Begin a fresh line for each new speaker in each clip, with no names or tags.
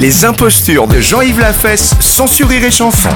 Les impostures de Jean-Yves Lafesse, censuré et chanson.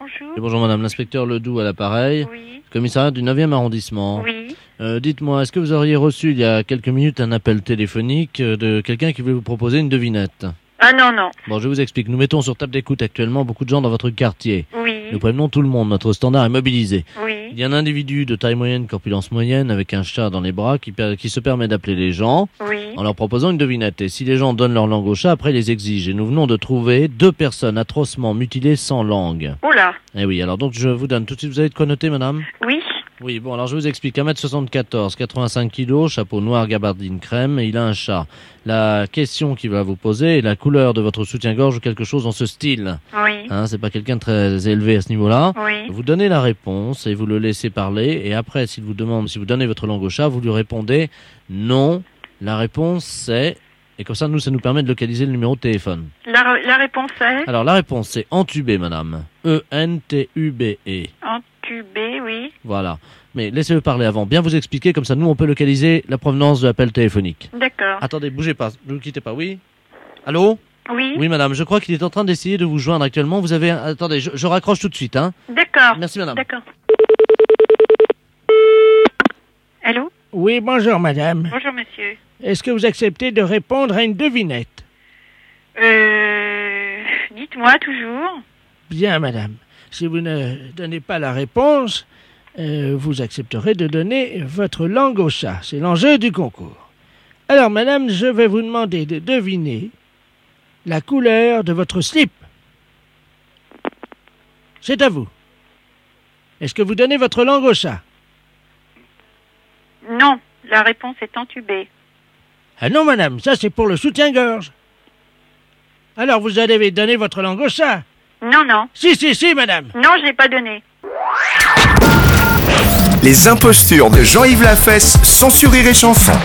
Bonjour.
Et bonjour madame, l'inspecteur Ledoux à l'appareil,
Oui.
commissariat du 9e arrondissement.
Oui.
Euh, Dites-moi, est-ce que vous auriez reçu il y a quelques minutes un appel téléphonique euh, de quelqu'un qui voulait vous proposer une devinette
Ah non, non.
Bon, je vous explique, nous mettons sur table d'écoute actuellement beaucoup de gens dans votre quartier.
Oui.
Nous prévenons tout le monde, notre standard est mobilisé. Il
Oui.
y a un individu de taille moyenne, corpulence moyenne, avec un chat dans les bras qui, per- qui se permet d'appeler les gens
Oui.
en leur proposant une devinette. Et si les gens donnent leur langue au chat, après ils les exigent. Et nous venons de trouver deux personnes atrocement mutilées sans langue.
Oula.
Eh oui, alors donc je vous donne tout de suite, vous avez de quoi noter madame
Oui.
Oui, bon, alors je vous explique. 1m74, 85 kg, chapeau noir, gabardine crème, et il a un chat. La question qu'il va vous poser est la couleur de votre soutien-gorge ou quelque chose dans ce style.
Oui.
Hein, c'est pas quelqu'un de très élevé à ce niveau-là.
Oui.
Vous donnez la réponse et vous le laissez parler, et après, s'il vous demande, si vous donnez votre langue au chat, vous lui répondez non. La réponse c'est. Et comme ça, nous, ça nous permet de localiser le numéro de téléphone.
La, re- la réponse est
Alors, la réponse c'est entubé, madame. E E-N-T-U-B-E.
entubé, oui.
Voilà. Mais laissez-le parler avant. Bien vous expliquer, comme ça nous on peut localiser la provenance de l'appel téléphonique.
D'accord.
Attendez, bougez pas, ne vous quittez pas, oui Allô
Oui.
Oui madame, je crois qu'il est en train d'essayer de vous joindre actuellement. Vous avez... un- Attendez, je, je raccroche tout de suite, hein
D'accord.
Merci madame.
Ah. D'accord. Allô
Oui, bonjour madame.
Bonjour, monsieur.
Est-ce que vous acceptez de répondre à une devinette
Euh, dites-moi toujours.
Bien madame. Si vous ne donnez pas la réponse, euh, vous accepterez de donner votre langue au chat. C'est l'enjeu du concours. Alors madame, je vais vous demander de deviner la couleur de votre slip. C'est à vous. Est-ce que vous donnez votre langue au chat
Non, la réponse est entubée.
Ah non madame, ça c'est pour le soutien-gorge. Alors vous allez donner votre langue au chat.
Non, non.
Si, si, si madame.
Non, je l'ai pas donné.
Les impostures de Jean-Yves Lafesse, censuré et chanson.